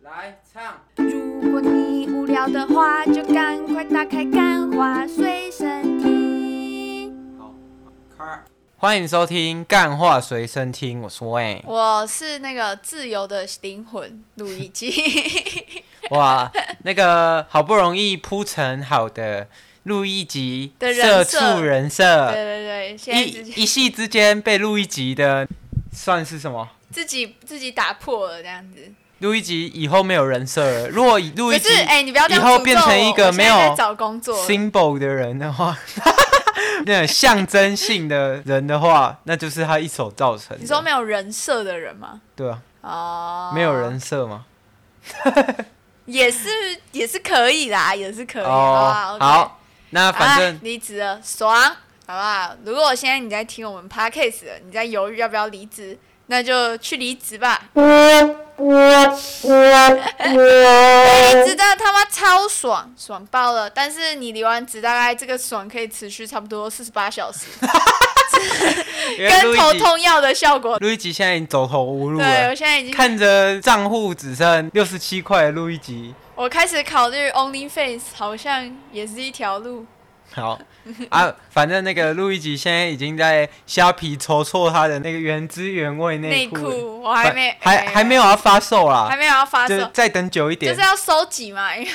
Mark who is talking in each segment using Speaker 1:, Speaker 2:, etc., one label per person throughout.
Speaker 1: 来唱。
Speaker 2: 如果你无聊的话，就赶快打开《干花随身听》。
Speaker 1: 好，开。欢迎收听《干话随身听》，我是 Wayne。
Speaker 3: 我是那个自由的灵魂录一集，
Speaker 1: 哇，那个好不容易铺成好的录一集
Speaker 3: 的
Speaker 1: 社
Speaker 3: 人设
Speaker 1: 畜人 设，
Speaker 3: 对对对，现在自
Speaker 1: 一
Speaker 3: 己
Speaker 1: 一夕之间被录一集的，算是什么？
Speaker 3: 自己自己打破了这样子。
Speaker 1: 录一集以后没有人设了。如果录
Speaker 3: 可
Speaker 1: 一集
Speaker 3: 是哎、你不要这样
Speaker 1: 以后
Speaker 3: 诅咒
Speaker 1: 变成
Speaker 3: 我
Speaker 1: 一
Speaker 3: 我
Speaker 1: 个
Speaker 3: 现
Speaker 1: 没
Speaker 3: 在在
Speaker 1: 有
Speaker 3: 找工作了，
Speaker 1: symbol 的人的话， 那种象征性的人的话，那就是他一手造成的。
Speaker 3: 你说没有人设的人吗？
Speaker 1: 对啊，
Speaker 3: 哦，
Speaker 1: 没有人设吗？
Speaker 3: 也是也是可以啦，也是可以。好
Speaker 1: 哦，
Speaker 3: 吧，OK
Speaker 1: 好，那反正
Speaker 3: 啊离职了，爽，好不好？如果现在你在听我们 podcast，的你在犹豫要不要离职，那就去离职吧。哎离职真的他妈超爽，爽爆了！但是你离完职，大概这个爽可以持续差不多四十八小时，
Speaker 1: 因为
Speaker 3: 跟
Speaker 1: 路
Speaker 3: 头
Speaker 1: 易吉，
Speaker 3: 痛药的效果。
Speaker 1: 路易吉现在已经走投无路
Speaker 3: 对，
Speaker 1: 了
Speaker 3: 我，现在已经，
Speaker 1: 啊看着账户只剩六十七块，路易吉。
Speaker 3: 我开始考虑 OnlyFans，好像也是一条路。
Speaker 1: 好啊，反正那个路易吉现在已经在虾皮筹措他的那个原汁原味
Speaker 3: 内
Speaker 1: 裤了，
Speaker 3: 裤我还没，哎
Speaker 1: 还还没有要发售啦，
Speaker 3: 还没有要发
Speaker 1: 就
Speaker 3: 售，
Speaker 1: 再等久一点，
Speaker 3: 就是要收集 嘛，因为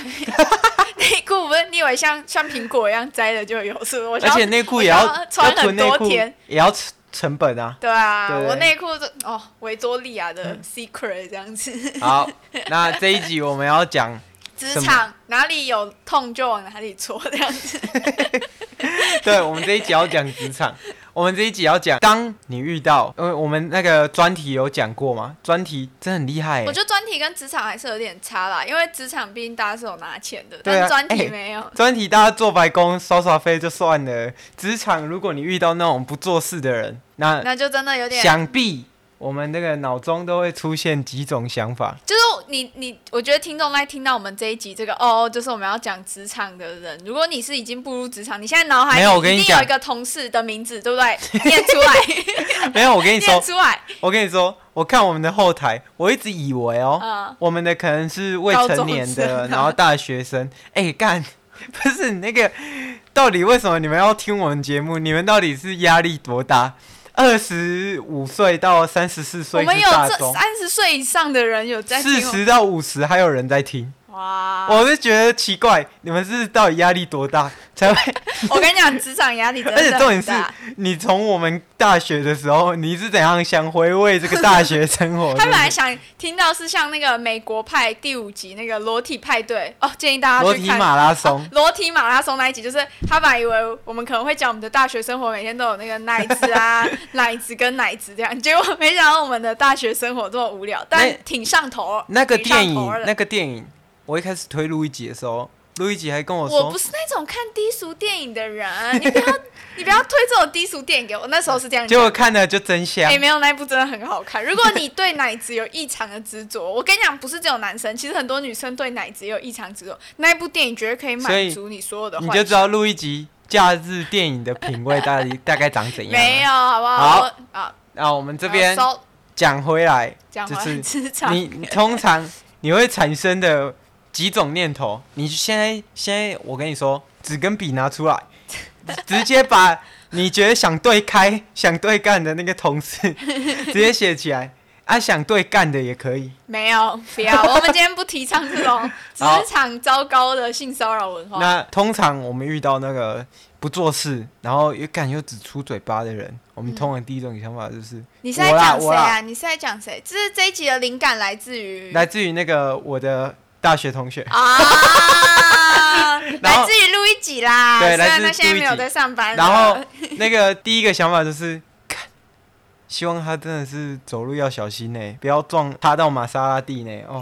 Speaker 3: 内裤不是你以为像像苹果一样摘了就有，是不是？我
Speaker 1: 而
Speaker 3: 想
Speaker 1: 且
Speaker 3: 要
Speaker 1: 内裤也
Speaker 3: 我
Speaker 1: 要
Speaker 3: 想要穿
Speaker 1: 要囤
Speaker 3: 很
Speaker 1: 内
Speaker 3: 多
Speaker 1: 裤，也
Speaker 3: 天
Speaker 1: 要成成本啊。
Speaker 3: 对啊，
Speaker 1: 对嗯
Speaker 3: 我内裤是哦维多利亚的 secret 这样子，
Speaker 1: 好，那这一集我们要讲，
Speaker 3: 职
Speaker 1: 什么
Speaker 3: 场哪里有痛就往哪里戳这样子。
Speaker 1: 对我们这一集要讲职场，我们这一集要讲，当你遇到，因为我们那个专题有讲过嘛，专题真的很厉害、欸
Speaker 3: 我，觉得专题跟职场还是有点差啦，因为职场毕竟大家是有拿钱的，
Speaker 1: 对啊
Speaker 3: 但专
Speaker 1: 哎
Speaker 3: 题没有。
Speaker 1: 专题大家做白工耍耍飞就算了，职场如果你遇到那种不做事的人，那
Speaker 3: 那啊就真的有点，
Speaker 1: 想必我们那个脑中都会出现几种想法，
Speaker 3: 就是你你，我觉得听众在听到我们这一集这个哦，哦就是我们要讲职场的人，如果你是已经步入职场，你现在脑海
Speaker 1: 没有我跟
Speaker 3: 里
Speaker 1: 你
Speaker 3: 一定有
Speaker 1: 讲
Speaker 3: 一个同事的名字，对不 对？念出来，
Speaker 1: 没有，我跟你说
Speaker 3: 念，出 来，
Speaker 1: 我跟你说，我看我们的后台，我一直以为哦，
Speaker 3: 嗯
Speaker 1: 我们的可能是未成年
Speaker 3: 高中
Speaker 1: 的，
Speaker 3: 生
Speaker 1: 然后大学生。哎、干，不是那个，到底为什么你们要听我们节目？你们到底是压力多大？二十五岁到三十四
Speaker 3: 哦我
Speaker 1: 岁
Speaker 3: 们
Speaker 1: 是
Speaker 3: 有
Speaker 1: 大
Speaker 3: 这
Speaker 1: 众，
Speaker 3: 三十岁以上的人有在
Speaker 1: 四
Speaker 3: 听我们，啊
Speaker 1: 十到五十还有人在听，
Speaker 3: 哇！
Speaker 1: 我就觉得奇怪，你们是到底压力多大 才会？
Speaker 3: 我跟你讲，职场压力真
Speaker 1: 而且
Speaker 3: 的
Speaker 1: 重点
Speaker 3: 很
Speaker 1: 是
Speaker 3: 大。，
Speaker 1: 你从我们大学的时候，你是怎样想回味这个大学生活的？
Speaker 3: 他本来想听到是像那个美国派第五集那个裸体派对哦，建议大家
Speaker 1: 裸
Speaker 3: 去
Speaker 1: 体
Speaker 3: 看。
Speaker 1: 马拉松。
Speaker 3: 裸体马拉松那一集，就是他本来以为我们可能会讲我们的大学生活，每天都有那个奶子啊、 奶子跟奶子这样，结果没想到我们的大学生活这么无聊，但
Speaker 1: 那
Speaker 3: 挺上头。
Speaker 1: 那个
Speaker 3: 挺
Speaker 1: 电
Speaker 3: 上
Speaker 1: 影
Speaker 3: 头，的
Speaker 1: 那个电影，我一开始推路易吉的时候，路易吉还跟我
Speaker 3: 我
Speaker 1: 说
Speaker 3: 不，是那种看低俗电影的人，你 不要你不要推这种低俗电影给我。那时候是这样
Speaker 1: 结
Speaker 3: 讲，
Speaker 1: 果啊看了就真香
Speaker 3: 哎、。没有那一部真的很好看。如果你对奶子有异常的执着，我跟你讲，不是只有男生，其实很多女生对奶子也有异常执着。那一部电影绝对可以
Speaker 1: 所以
Speaker 3: 满足你所有的
Speaker 1: 你
Speaker 3: 幻
Speaker 1: 就
Speaker 3: 想。
Speaker 1: 知道路易吉假日电影的品味大大概长怎样。
Speaker 3: 没有，。好不好？
Speaker 1: 好
Speaker 3: 我啊，
Speaker 1: 那我们这边
Speaker 3: 收
Speaker 1: 讲回来，
Speaker 3: 讲
Speaker 1: 就
Speaker 3: 回来
Speaker 1: 是
Speaker 3: 职场，
Speaker 1: 你你通常你会产生的几种念头，你现在现在我跟你说，纸跟笔拿出来， 直接把你觉得想对开、想对干的那个同事直接写起来，啊，想对干的也可以。
Speaker 3: 没有，不要。我们今天不提倡这种职
Speaker 1: 好
Speaker 3: 场糟糕的性骚扰文化。
Speaker 1: 那通常我们遇到那个不做事，然后又敢又只出嘴巴的人，我们通常第一种想法就是、
Speaker 3: 你是在
Speaker 1: 我啦
Speaker 3: 讲谁
Speaker 1: 我啦
Speaker 3: 啊？你是在讲谁？就是这一集的灵感来自于
Speaker 1: 来自于那个我的大学同学，
Speaker 3: 啊，
Speaker 1: 然后
Speaker 3: 来自于路易吉啦。
Speaker 1: 对
Speaker 3: 虽
Speaker 1: 来
Speaker 3: 然
Speaker 1: 自
Speaker 3: 他现在没
Speaker 1: 路易
Speaker 3: 有
Speaker 1: 吉
Speaker 3: 在上班了，
Speaker 1: 然后那个第一个想法就是，看，希望他真的是走路要小心呢、不要撞他到玛莎拉蒂呢、哦，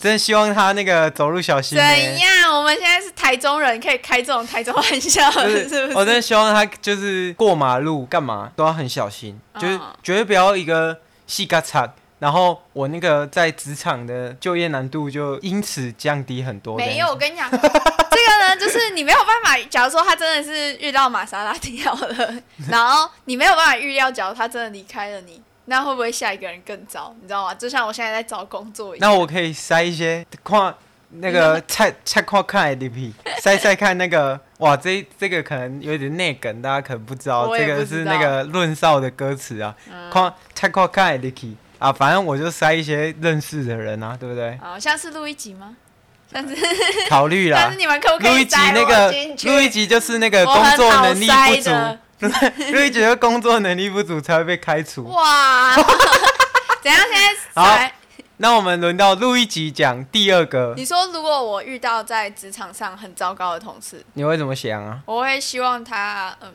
Speaker 1: 真的希望他那个走路小心
Speaker 3: 怎
Speaker 1: 呢、
Speaker 3: 样？我们现在是台中人，可以开这种台中玩笑，
Speaker 1: 就是是
Speaker 3: 不是？
Speaker 1: 我真的希望他就是过马路干嘛都要很小心，就是
Speaker 3: 嗯
Speaker 1: 绝对不要一个细嘎嚓。然后我那个在职场的就业难度就因此降低很多。
Speaker 3: 没有，，我跟你讲，这个呢，就是你没有办法。假如说他真的是遇到玛莎拉蒂好了，然后你没有办法预料，假如他真的离开了你，那会不会下一个人更糟？你知道吗？就像我现在在找工作一样。
Speaker 1: 那我可以塞一些看那个菜菜看看 A D P，塞塞看那个哇，这这个可能有点内梗，大家可能不知道，
Speaker 3: 我也
Speaker 1: 这
Speaker 3: 不
Speaker 1: 个
Speaker 3: 知
Speaker 1: 是
Speaker 3: 道？
Speaker 1: 那个论少的歌词啊，看菜看看 A D P 啊，反正我就塞一些认识的人啊，对不对
Speaker 3: 好，下次录一集吗？
Speaker 1: 考虑
Speaker 3: 但
Speaker 1: 啦
Speaker 3: 是，你们可不可
Speaker 1: 啊录
Speaker 3: 以
Speaker 1: 一集
Speaker 3: 塞
Speaker 1: 那
Speaker 3: 我
Speaker 1: 个
Speaker 3: 进去？
Speaker 1: 录一集就是那个
Speaker 3: 我
Speaker 1: 工
Speaker 3: 很
Speaker 1: 作
Speaker 3: 好
Speaker 1: 能力
Speaker 3: 塞
Speaker 1: 不足
Speaker 3: 的，
Speaker 1: 录一集就工作能力不足才会被开除。
Speaker 3: 哇！ 怎样？现在
Speaker 1: 好
Speaker 3: 塞？
Speaker 1: 那我们轮到录一集讲第二个，
Speaker 3: 你说，如果我遇到在职场上很糟糕的同事，
Speaker 1: 你会怎么想啊？
Speaker 3: 我会希望他嗯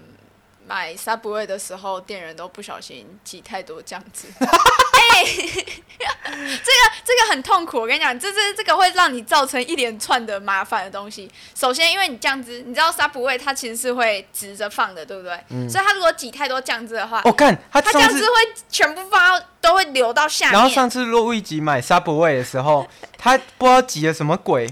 Speaker 3: 买 Subway 的时候，店员都不小心挤太多酱 汁。哎、这个这个很痛苦，我跟你讲，这这这个会让你造成一连串的麻烦的东西。首先，因为你酱汁，你知道 Subway 它其实是会直着放的，对不对？所以它如果挤太多酱汁的话，
Speaker 1: 我、看他嗯
Speaker 3: 它
Speaker 1: 哦上
Speaker 3: 酱
Speaker 1: 次
Speaker 3: 汁会全部放到都会流到下面。
Speaker 1: 然后上次录一集买 Subway 的时 候，他不知道挤了什么鬼，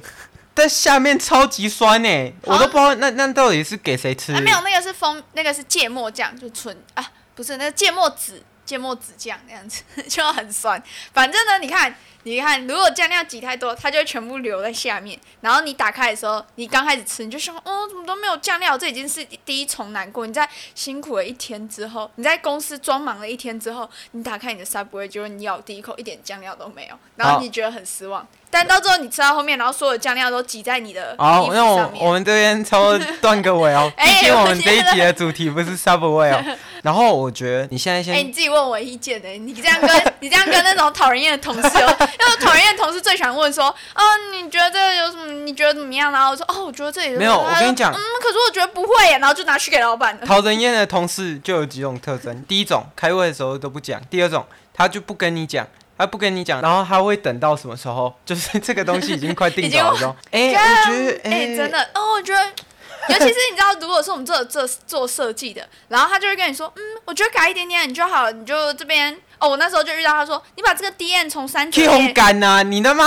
Speaker 1: 但下面超级酸呢、我都不知道那那到底是给谁吃
Speaker 3: 啊，？哦没有，那个是蜂，那个是芥末酱，就纯啊，不是那个芥末籽，芥末籽酱那样子 就很酸。反正呢，你看，你看，如果酱料挤太多，它就会全部流在下面。然后你打开的时候，你刚开始吃，你就想，哦，怎么都没有酱料？这已经是第一重难过。你在辛苦了一天之后，你在公司装忙了一天之后，你打开你的 Subway，结果你咬第一口一点酱料都没有，然后
Speaker 1: 好
Speaker 3: 你觉得很失望。但到最后你吃到后面，然后所有酱料都挤在你的衣服
Speaker 1: 好，那
Speaker 3: 上
Speaker 1: 我
Speaker 3: 面。
Speaker 1: 我们这边差不多断个尾哦
Speaker 3: 哎
Speaker 1: 毕竟我
Speaker 3: 我
Speaker 1: 们这一集的主题不是 Subway 哦。然后我觉得你现在
Speaker 3: 哎、
Speaker 1: 先
Speaker 3: 你自己问我意见的、你这样跟 你这样跟那种讨人厌的同事哦，那种讨人厌的同事最喜欢问说，哦，你觉得这个有什么？你觉得怎么样？然后我说，哦，我觉得这里
Speaker 1: 没有我跟你讲
Speaker 3: 嗯，可是我觉得不会耶，然后就拿去给老 板了。
Speaker 1: 陶人燕的同事就有几种特征：第一种，开会的时候都不讲；第二种，他就不跟你讲。他不跟你讲，然后他会等到什么时候？就是这个东西已经快定
Speaker 3: 已经
Speaker 1: 好了之后。哎、
Speaker 3: 这样
Speaker 1: 我觉得，
Speaker 3: 哎、
Speaker 1: 哎、
Speaker 3: 真的，哦，我觉得，尤其是你知道，如果是我们做做做设计的，然后他就会跟你说，嗯，我觉得改一点点你就好了，你就这边。哦，我那时候就遇到他说，你把这个 D N 从三九
Speaker 1: 去烘
Speaker 3: N
Speaker 1: 干呐、你他妈，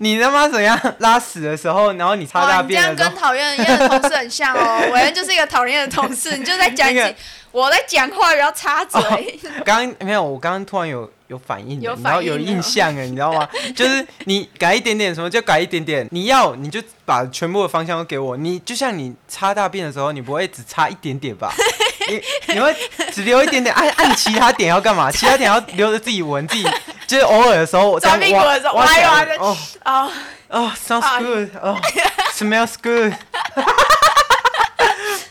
Speaker 1: 你他妈怎样拉屎的时候，然后你擦
Speaker 3: 哇，
Speaker 1: 大
Speaker 3: 哦你这
Speaker 1: 便
Speaker 3: 样
Speaker 1: 的时候
Speaker 3: 跟，讨厌厌的同事很 像哦。伟恩就是一个讨厌的同事，你就在讲一
Speaker 1: 那
Speaker 3: 些
Speaker 1: 个哦
Speaker 3: 我在讲话，不要插嘴。
Speaker 1: 刚没有，我刚刚突然有有反应
Speaker 3: 有
Speaker 1: 了，然
Speaker 3: 反
Speaker 1: 后
Speaker 3: 应
Speaker 1: 有
Speaker 3: 了
Speaker 1: 印象了，你知道 吗？就是你改一点点什么就改一点点，你要你就把全部的方向都给我。你就像你擦大便的时候，你不会只擦一点点 吧？你你会只留一点点，按按其他点要干 嘛？其他点要留着自己闻，自己就是偶尔的时候，我这 样
Speaker 3: 抓屁股的时候
Speaker 1: 挖
Speaker 3: 挖一挖
Speaker 1: 挖起来
Speaker 3: 就
Speaker 1: 哦
Speaker 3: 哦，
Speaker 1: 哦、s o u n d s
Speaker 3: 啊
Speaker 1: good，哦、s m e l l s good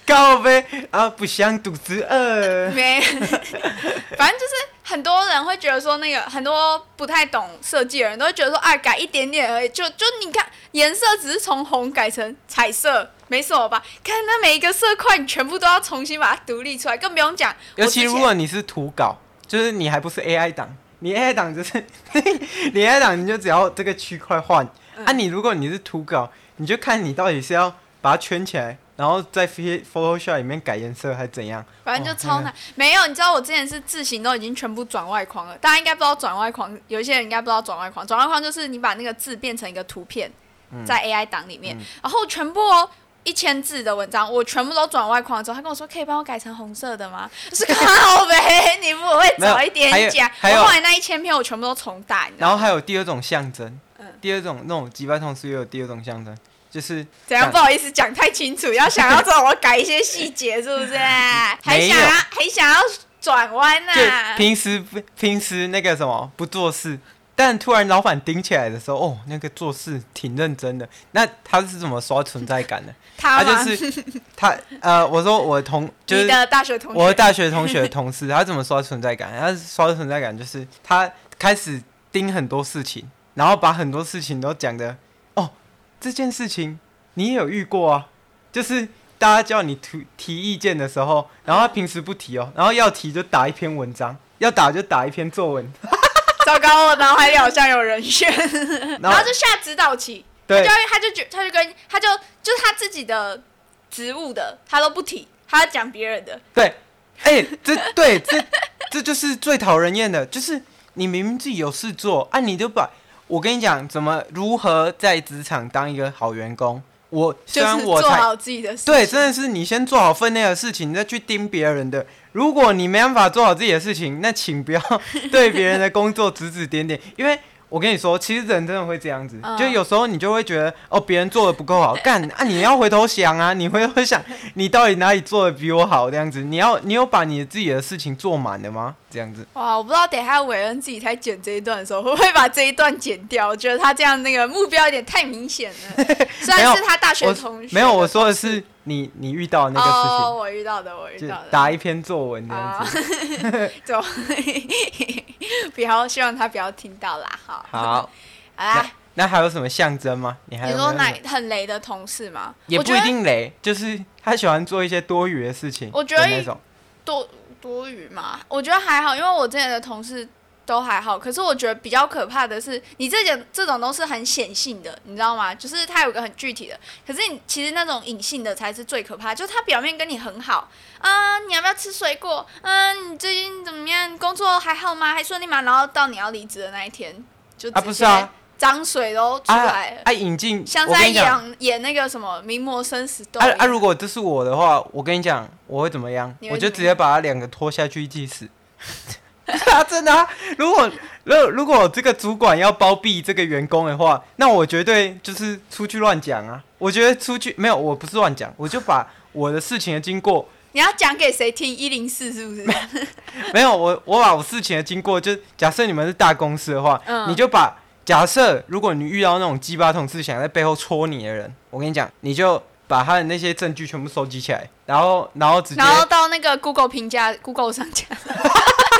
Speaker 1: 告呗啊，不想肚子饿。
Speaker 3: 没， 反正就是很多人会觉得说，那个很多不太懂设计的人都会觉得说，哎，改一点点而已，就就你看颜色只是从红改成彩色。没什么吧？看那每一个色块，你全部都要重新把它独立出来，更不用讲。
Speaker 1: 尤
Speaker 3: 我
Speaker 1: 其
Speaker 3: 之
Speaker 1: 如
Speaker 3: 前
Speaker 1: 果你是图稿，就是你还不是 AI 档，你 AI 档就是 你 AI 档，你就只要这个区块换。
Speaker 3: 嗯
Speaker 1: 啊，你如果你是图稿，你就看你到底是要把它圈起来，然后在 Ph- Photoshop 里面改颜色，还是怎样？
Speaker 3: 反正就
Speaker 1: 哦
Speaker 3: 超
Speaker 1: 那
Speaker 3: 难。啊没有，你知道我之前是字形都已经全部转外框了，大家应该不知道转外框，有一些人应该不知道转外框。转外框就是你把那个字变成一个图片，
Speaker 1: 嗯
Speaker 3: 在 AI 档里面，然后全部哦。一千字的文章，我全部都转外框之后，他跟我说可以帮我改成红色的吗？我是靠呗，你不会早一
Speaker 1: 没有
Speaker 3: 点讲。
Speaker 1: 还有还有
Speaker 3: 我后来那一千篇我全部都重打，你知
Speaker 1: 然后
Speaker 3: 道 吗？
Speaker 1: 还有第二种象征，
Speaker 3: 嗯
Speaker 1: 第二种那种击败同事也有第二种象征，就是
Speaker 3: 怎样
Speaker 1: 干
Speaker 3: 不好意思讲太清楚，要想要找我改一些细节，是不 是？还想要还想要转弯啊呐、
Speaker 1: 就平时不平时那个什么不做事，但突然老板盯起来的时候，哦，那个做事挺认真的。那他是怎么刷存在感的？
Speaker 3: 他
Speaker 1: 他
Speaker 3: 吗？
Speaker 1: 就是他呃，我说我同就
Speaker 3: 你
Speaker 1: 是
Speaker 3: 的大学同学，
Speaker 1: 我的大学同学的同 事，他怎么刷存在感？他刷存在感就是他开始盯很多事情，然后把很多事情都讲的哦，这件事情你也有遇过啊，就是大家叫你提提意见的时候，然后他平时不提哦，然后要提就打一篇文章，要打就打一篇作 文，
Speaker 3: 糟糕，我脑海里好像有 人选，
Speaker 1: 然
Speaker 3: 然
Speaker 1: 后
Speaker 3: 后就下指导棋，他
Speaker 1: 对
Speaker 3: 就会他就觉他就跟他就就是他自己的职务的，他都不提，他要讲别人的，
Speaker 1: 对，哎、这对这这就是最讨人厌的，就是你明明自己有事做啊，你就把我跟你讲怎么如何在职场当一个好员工，我虽
Speaker 3: 就
Speaker 1: 然
Speaker 3: 是
Speaker 1: 我
Speaker 3: 做
Speaker 1: 才
Speaker 3: 好自己的事情。
Speaker 1: 对，真的是你先做好分内的事情，你再去盯别人的。如果你没办法做好自己的事情，那请不要对别人的工作指指点 点，因为。我跟你说，其实人真的会这样子，
Speaker 3: 嗯
Speaker 1: 就有时候你就会觉得，哦，别人做的不够好， 干啊，你要回头想啊，你回头 想，你到底哪里做的比我好这样子，你要你有把你自己的事情做满了吗？这样子，
Speaker 3: 哇，我不知道等一下韦恩自己在剪这一段的时候，会不会把这一段剪掉？我觉得他这样那个目标有点太明显了。虽
Speaker 1: 没有
Speaker 3: 然是他大学
Speaker 1: 我
Speaker 3: 同学，
Speaker 1: 没有，我说的是你你遇到的那个事情，
Speaker 3: 哦，我遇到的，我遇
Speaker 1: 就
Speaker 3: 到 的。哦
Speaker 1: 打一篇作文这样子。
Speaker 3: 走， 不要，希望他不要听到啦。好，
Speaker 1: 好，
Speaker 3: 好
Speaker 1: 那
Speaker 3: 啦。
Speaker 1: 那还有什么象征吗？你还
Speaker 3: 你
Speaker 1: 有
Speaker 3: 说
Speaker 1: 没有
Speaker 3: 哪
Speaker 1: 什么
Speaker 3: 很雷的同事吗？
Speaker 1: 也
Speaker 3: 我觉
Speaker 1: 不一
Speaker 3: 得
Speaker 1: 定雷，就是他喜欢做一些多余的事情，
Speaker 3: 我觉得
Speaker 1: 那种
Speaker 3: 多多余嘛，我觉得还好，因为我之前的同事都还好。可是我觉得比较可怕的是，你这种这种都是很显性的，你知道吗？就是它有个很具体的，可是你其实那种隐性的才是最可怕。就是他表面跟你很好，啊、你要不要吃水果？嗯、你最近怎么样？工作还好吗？还顺利吗？然后到你要离职的那一天，就
Speaker 1: 啊，
Speaker 3: 直
Speaker 1: 不是
Speaker 3: 接
Speaker 1: 啊，
Speaker 3: 脏水都出
Speaker 1: 啊
Speaker 3: 来了，
Speaker 1: 啊引进，
Speaker 3: 像
Speaker 1: 我
Speaker 3: 在
Speaker 1: 跟你讲，
Speaker 3: 演演那个什么名模生死斗一
Speaker 1: 啊
Speaker 3: 样。
Speaker 1: 啊，如果这是我的话，我跟你讲，我会怎么样？
Speaker 3: 你会
Speaker 1: 我就
Speaker 3: 怎么
Speaker 1: 直接把他两个拖下去一起死。 啊，真的啊！如果如果如果这个主管要包庇这个员工的话，那我绝对就是出去乱讲啊！我觉得出去没有，我不是乱讲，我就把我的事情的经过
Speaker 3: 你要讲给谁听？一零四是不是？
Speaker 1: 没有，我我把我事情的经过，就假设你们是大公司的话，
Speaker 3: 嗯
Speaker 1: 你就把假设如果你遇到那种鸡巴同事想在背后戳你的人，我跟你讲，你就把他的那些证据全部收集起来，然后然后直接
Speaker 3: 然后到那个 Google 评价，Google 上架。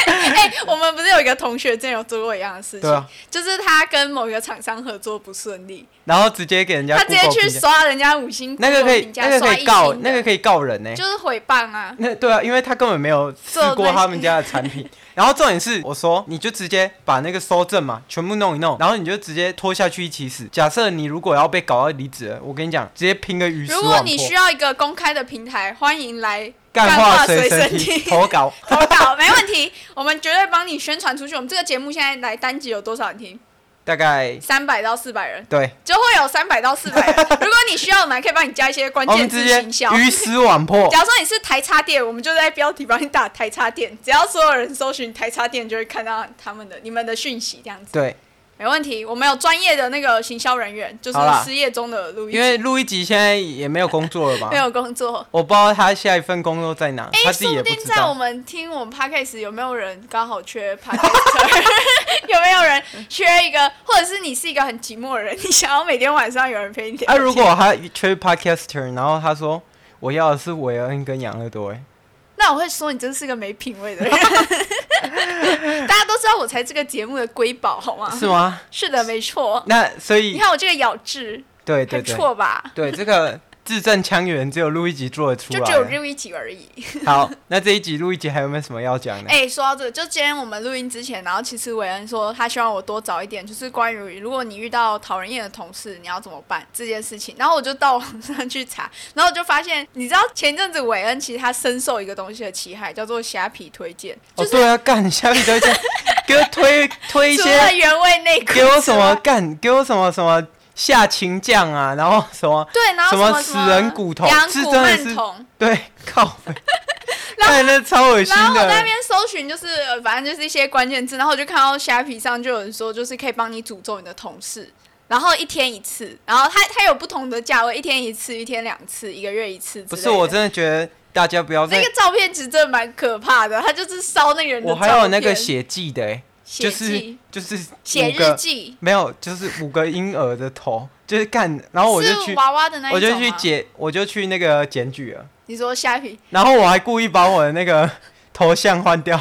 Speaker 3: 哎、我们不是有一个同学之前有做过一样的事情，
Speaker 1: 对啊，
Speaker 3: 就是他跟某一个厂商合作不顺利，
Speaker 1: 然后直接给人家
Speaker 3: 他直接
Speaker 1: Google
Speaker 3: 去
Speaker 1: 评价
Speaker 3: 刷人家五星
Speaker 1: 那个可
Speaker 3: Google
Speaker 1: 以
Speaker 3: 评，价，
Speaker 1: 那个可以告
Speaker 3: 刷一，星的
Speaker 1: 那个可以告人呢、
Speaker 3: 就是诽谤啊。
Speaker 1: 那对啊，因为他根本没有试
Speaker 3: 做
Speaker 1: 过
Speaker 3: 那
Speaker 1: 他
Speaker 3: 些
Speaker 1: 们家的产品。 然后重点是，我说你就直接把那个收证嘛，全部弄一弄，然后你就直接拖下去一起死。假设你如果要被搞到离职了，我跟你讲，直接拼个鱼死
Speaker 3: 如
Speaker 1: 网
Speaker 3: 果
Speaker 1: 破。
Speaker 3: 你需要一个公开的平台，欢迎来
Speaker 1: 干话随
Speaker 3: 随
Speaker 1: 身
Speaker 3: 身
Speaker 1: 听投稿，
Speaker 3: 投稿，没问题，我们绝对帮你宣传出去。我们这个节目现在来单集有多少人听？
Speaker 1: 大概
Speaker 3: 三百到四百人，
Speaker 1: 对，
Speaker 3: 就会有三百到四 百人。如果你需要，我们还可以帮你加一些关
Speaker 1: 哦我
Speaker 3: 键
Speaker 1: 们直
Speaker 3: 字
Speaker 1: 接
Speaker 3: 行销。
Speaker 1: 鱼死网 破。
Speaker 3: 假如说你是台插店，我们就在标题帮你打台插店，只要所有人搜寻台插店，就会看到他们的你们的讯息，这样子
Speaker 1: 对，
Speaker 3: 没问题。我们有专业的那个行销人员，就是
Speaker 1: 好啦
Speaker 3: 失业中的路易吉，
Speaker 1: 因为录一集现在也没有工作了吧
Speaker 3: 没？有工作。
Speaker 1: 我不知道他下一份工作在哪，他
Speaker 3: 哎，
Speaker 1: 自己
Speaker 3: 说
Speaker 1: 也
Speaker 3: 不
Speaker 1: 不
Speaker 3: 定
Speaker 1: 知
Speaker 3: 在我
Speaker 1: 道。
Speaker 3: 们听我们 podcast 有没有人刚好缺 podcast，有 没有人缺一个，或者是你是一个很寂寞的人，你想要每天晚上有人陪你聊
Speaker 1: 啊，
Speaker 3: 天？
Speaker 1: 如果他缺 podcaster，然后他说我要的是韦恩跟养乐多，哎，
Speaker 3: 那我会说你真是个没品味的人。 大家都知道我才这个节目的瑰宝，好吗？
Speaker 1: 是吗？
Speaker 3: 是的，没错。
Speaker 1: 那所
Speaker 3: 你
Speaker 1: 以
Speaker 3: 看我这个咬字
Speaker 1: 对对
Speaker 3: 很
Speaker 1: 对
Speaker 3: 错吧？
Speaker 1: 对，这个字正腔圆只有录一集做得出
Speaker 3: 就只有
Speaker 1: 来。
Speaker 3: 录一集而已。
Speaker 1: 好，那这一集录一集还有没有什么要讲的？
Speaker 3: 哎、说到这个，就今天我们录音之前，然后其实韦恩说他希望我多找一点，就是关于如果你遇到讨人厌的同事，你要怎么办这件事情。然后我就到网上去查，然后我就发现，你知道前一阵子韦恩其实他深受一个东西的侵害，叫做虾皮推荐，就
Speaker 1: 哦，
Speaker 3: 是
Speaker 1: 对啊，干下面推荐， 给我推推一
Speaker 3: 除
Speaker 1: 些
Speaker 3: 了原味内裤，
Speaker 1: 给我什么？干？给我什么什么下秦酱啊？然后什么？
Speaker 3: 对，然后
Speaker 1: 什么
Speaker 3: 么
Speaker 1: 死人骨头
Speaker 3: 羊
Speaker 1: 是
Speaker 3: 骨
Speaker 1: 真的是
Speaker 3: 慢桶。
Speaker 1: 对，靠北，看那超恶心
Speaker 3: 然后我在那
Speaker 1: 的。
Speaker 3: 边搜寻，就是、呃反正就是一些关键字，然后我就看到虾皮上就有人说，就是可以帮你诅咒你的同事，然后一天一次，然后它它有不同的价位，一天一次，一天两次，一个月一次之类的。
Speaker 1: 不是，我真的觉得大家不要
Speaker 3: 那
Speaker 1: 再。
Speaker 3: 个照片其实真的蛮可怕的，他就是烧那个人的
Speaker 1: 我
Speaker 3: 照
Speaker 1: 还
Speaker 3: 片，
Speaker 1: 有那个写记的、欸，
Speaker 3: 血
Speaker 1: 就是
Speaker 3: 迹
Speaker 1: 就是
Speaker 3: 写
Speaker 1: 五
Speaker 3: 日
Speaker 1: 个
Speaker 3: 记，
Speaker 1: 没有，就是五个婴儿的头，就是干。然后我就是去，
Speaker 3: 娃娃的那一
Speaker 1: 我
Speaker 3: 种
Speaker 1: 就
Speaker 3: 吗
Speaker 1: 去检，我就去那个检举了。
Speaker 3: 你说虾皮，
Speaker 1: 然后我还故意把我的那个头像换掉。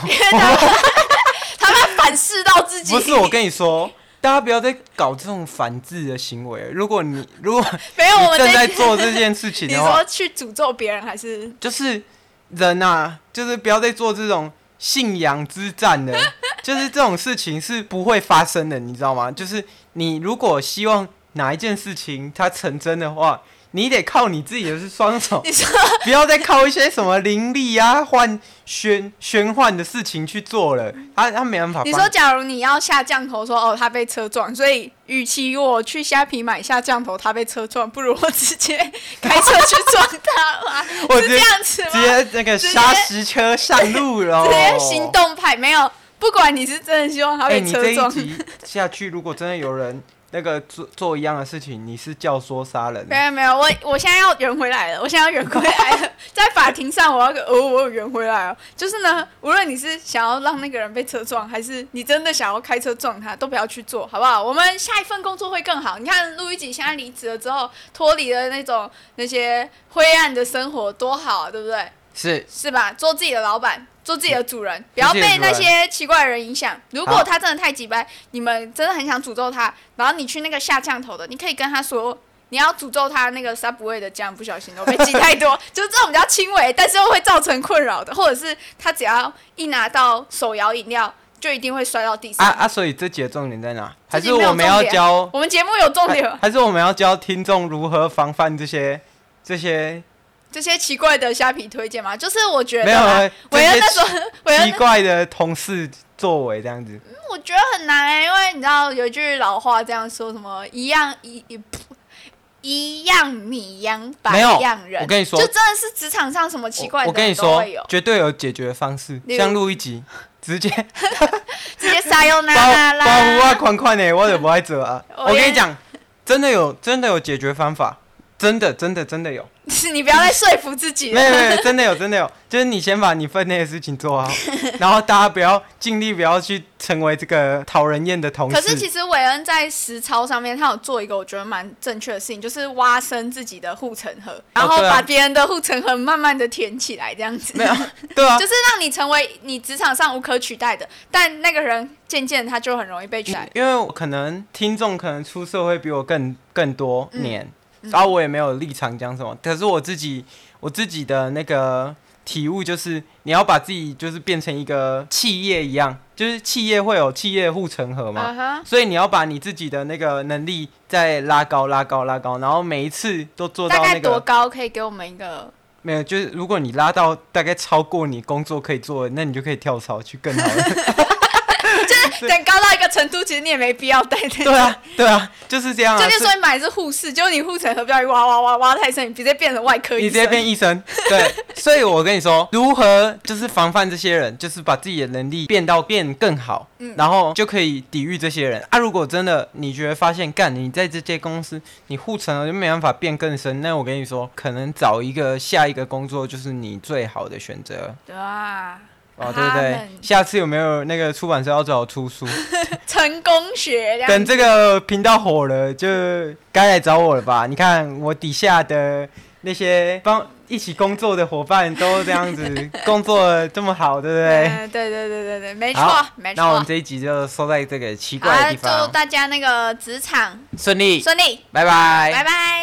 Speaker 3: 他们反噬到自己，
Speaker 1: 不是，我跟你说，大家不要再搞这种反制的行为了。如果你如果
Speaker 3: 没有
Speaker 1: 你
Speaker 3: 我们
Speaker 1: 正在
Speaker 3: 一集
Speaker 1: 做这件事情
Speaker 3: 你
Speaker 1: 的话
Speaker 3: 说，去诅咒别人还是
Speaker 1: 就是人啊，就是不要再做这种信仰之战了。就是这种事情是不会发生的，你知道吗？就是你如果希望哪一件事情它成真的话，你得靠你自己的双手，
Speaker 3: 你说
Speaker 1: 不要再靠一些什么灵力啊、幻玄玄幻的事情去做了。他他没办法帮。
Speaker 3: 你说，假如你要下降头说哦，他被车撞，所以与其我去虾皮买下降头，他被车撞，不如我直接 开车去撞他吧，
Speaker 1: 我直
Speaker 3: 是
Speaker 1: 接
Speaker 3: 这样子吗？
Speaker 1: 直接那个
Speaker 3: 直接
Speaker 1: 砂石车上 路了，哦
Speaker 3: 直接行。动派没有，不管你是真的希望他
Speaker 1: 哎、
Speaker 3: 被
Speaker 1: 你这
Speaker 3: 车
Speaker 1: 一
Speaker 3: 撞，
Speaker 1: 集下去，如果真的有人那个做做一样的事情，你是教唆杀人。
Speaker 3: 没有没有，我我现在要圆回来了，我现在要圆回来了，在法庭上我要个哦，我有圆回来哦。就是呢，无论你是想要让那个人被车撞，还是你真的想要开车撞他，都不要去做，好不好？我们下一份工作会更好。你看陆一姐现在离职了之后，脱离了那种那些灰暗的生活，多好、啊，对不对？
Speaker 1: 是，
Speaker 3: 是吧？做自己的老板，做自己的主人，不要
Speaker 1: 做自己
Speaker 3: 被
Speaker 1: 的主人
Speaker 3: 那些奇怪的人影响。如果
Speaker 1: 好
Speaker 3: 他真的太急掰，你们真的很想诅咒他，然后你去那个下降头的，你可以跟他说。你要诅咒他那个 Subway 的酱不小心都被挤太 多，就是这种比较轻微，但是又会造成困扰的，或者是他只要一拿到手摇饮料，就一定会摔到地
Speaker 1: 啊
Speaker 3: 上。
Speaker 1: 啊，所以这节重点在哪？还
Speaker 3: 这集
Speaker 1: 是
Speaker 3: 没有
Speaker 1: 我们要
Speaker 3: 重点
Speaker 1: 教？
Speaker 3: 我们节目有重点
Speaker 1: 还
Speaker 3: 吗，
Speaker 1: 还是我们要教听众如何防范这些这些
Speaker 3: 这些奇怪的虾皮推荐嘛，就是我觉
Speaker 1: 没
Speaker 3: 得
Speaker 1: 有
Speaker 3: 啊，
Speaker 1: 这
Speaker 3: 韦恩
Speaker 1: 些
Speaker 3: 那时候，韦恩
Speaker 1: 奇怪的同事作为这样子？
Speaker 3: 我觉得很难哎、因为你知道有一句老话这样说，什么一样一一一样米养百
Speaker 1: 没有
Speaker 3: 样人。
Speaker 1: 我跟你说
Speaker 3: 就真的是职场上什么奇怪
Speaker 1: 我
Speaker 3: 的
Speaker 1: 我跟
Speaker 3: 人
Speaker 1: 你
Speaker 3: 都
Speaker 1: 说
Speaker 3: 会有，，
Speaker 1: 绝对有解决方式，
Speaker 3: 例如
Speaker 1: 像录一 集，直接
Speaker 3: 直接撒又
Speaker 1: 包
Speaker 3: 那那
Speaker 1: 包我啊，
Speaker 3: 啦。
Speaker 1: 款款的，我就不爱做啊。
Speaker 3: 我
Speaker 1: 我
Speaker 3: 也
Speaker 1: 跟你讲，真的有真的有解决方法，真的真的真的有。
Speaker 3: 是 你不要再说服自己
Speaker 1: 没
Speaker 3: 了。
Speaker 1: 有没有，真的有真的 有，就是你先把你分内的事情做好，然后大家不要尽力不要去成为这个讨人厌的同事。
Speaker 3: 可是其实韦恩在实操上面，他有做一个我觉得蛮正确的事情，就是挖深自己的护城河，然后
Speaker 1: 对啊
Speaker 3: 把别人的护城河慢慢的填起来，这样子。
Speaker 1: 没有，对啊，
Speaker 3: 就是让你成为你职场上无可取代的，但那个人渐渐他就很容易被取代。
Speaker 1: 因为我可能听众可能出社会比我更更多
Speaker 3: 嗯
Speaker 1: 年，然后我也没有立场讲什么，可是我自己我自己的那个体悟就是，你要把自己就是变成一个企业一样，就是企业会有企业护城河嘛，
Speaker 3: 嗯哼
Speaker 1: 所以你要把你自己的那个能力再拉高、拉高、拉高，然后每一次都做
Speaker 3: 大
Speaker 1: 到
Speaker 3: 概
Speaker 1: 那
Speaker 3: 多
Speaker 1: 个
Speaker 3: 高可以给我们一个？
Speaker 1: 没有，就是如果你拉到大概超过你工作可以做的，那你就可以跳槽去更好 的。
Speaker 3: 等高到一个程度，其实你也没必要带那个
Speaker 1: 对 啊，对啊，就是这样啊。
Speaker 3: 就例如
Speaker 1: 是
Speaker 3: 说你买的是护士，结果你护城河不小心挖挖挖挖太深，你直接变成外科医生。
Speaker 1: 你直接变医生，对，所以我跟你说，如何就是防范这些人，就是把自己的能力变到变更好，
Speaker 3: 嗯
Speaker 1: 然后就可以抵御这些人啊。如果真的你觉得发现干你在这些公司你护城河就没办法变更深，那我跟你说，可能找一个下一个工作就是你最好的选择
Speaker 3: 对啊，
Speaker 1: 哦，对不对
Speaker 3: Amen？
Speaker 1: 下次有没有那个出版社要找我出书？
Speaker 3: 成功学这样。
Speaker 1: 等这个频道火了，就该来找我了吧？你看我底下的那些帮一起工作的伙伴都这样 子工作得这么好，对不对？
Speaker 3: 嗯对对对对对，没错
Speaker 1: 好
Speaker 3: 没错。
Speaker 1: 那我们这一集就收在这个奇怪的
Speaker 3: 啊，
Speaker 1: 地
Speaker 3: 祝
Speaker 1: 方，
Speaker 3: 大家那个职场
Speaker 1: 顺利，
Speaker 3: 顺利，
Speaker 1: 拜拜
Speaker 3: 拜拜。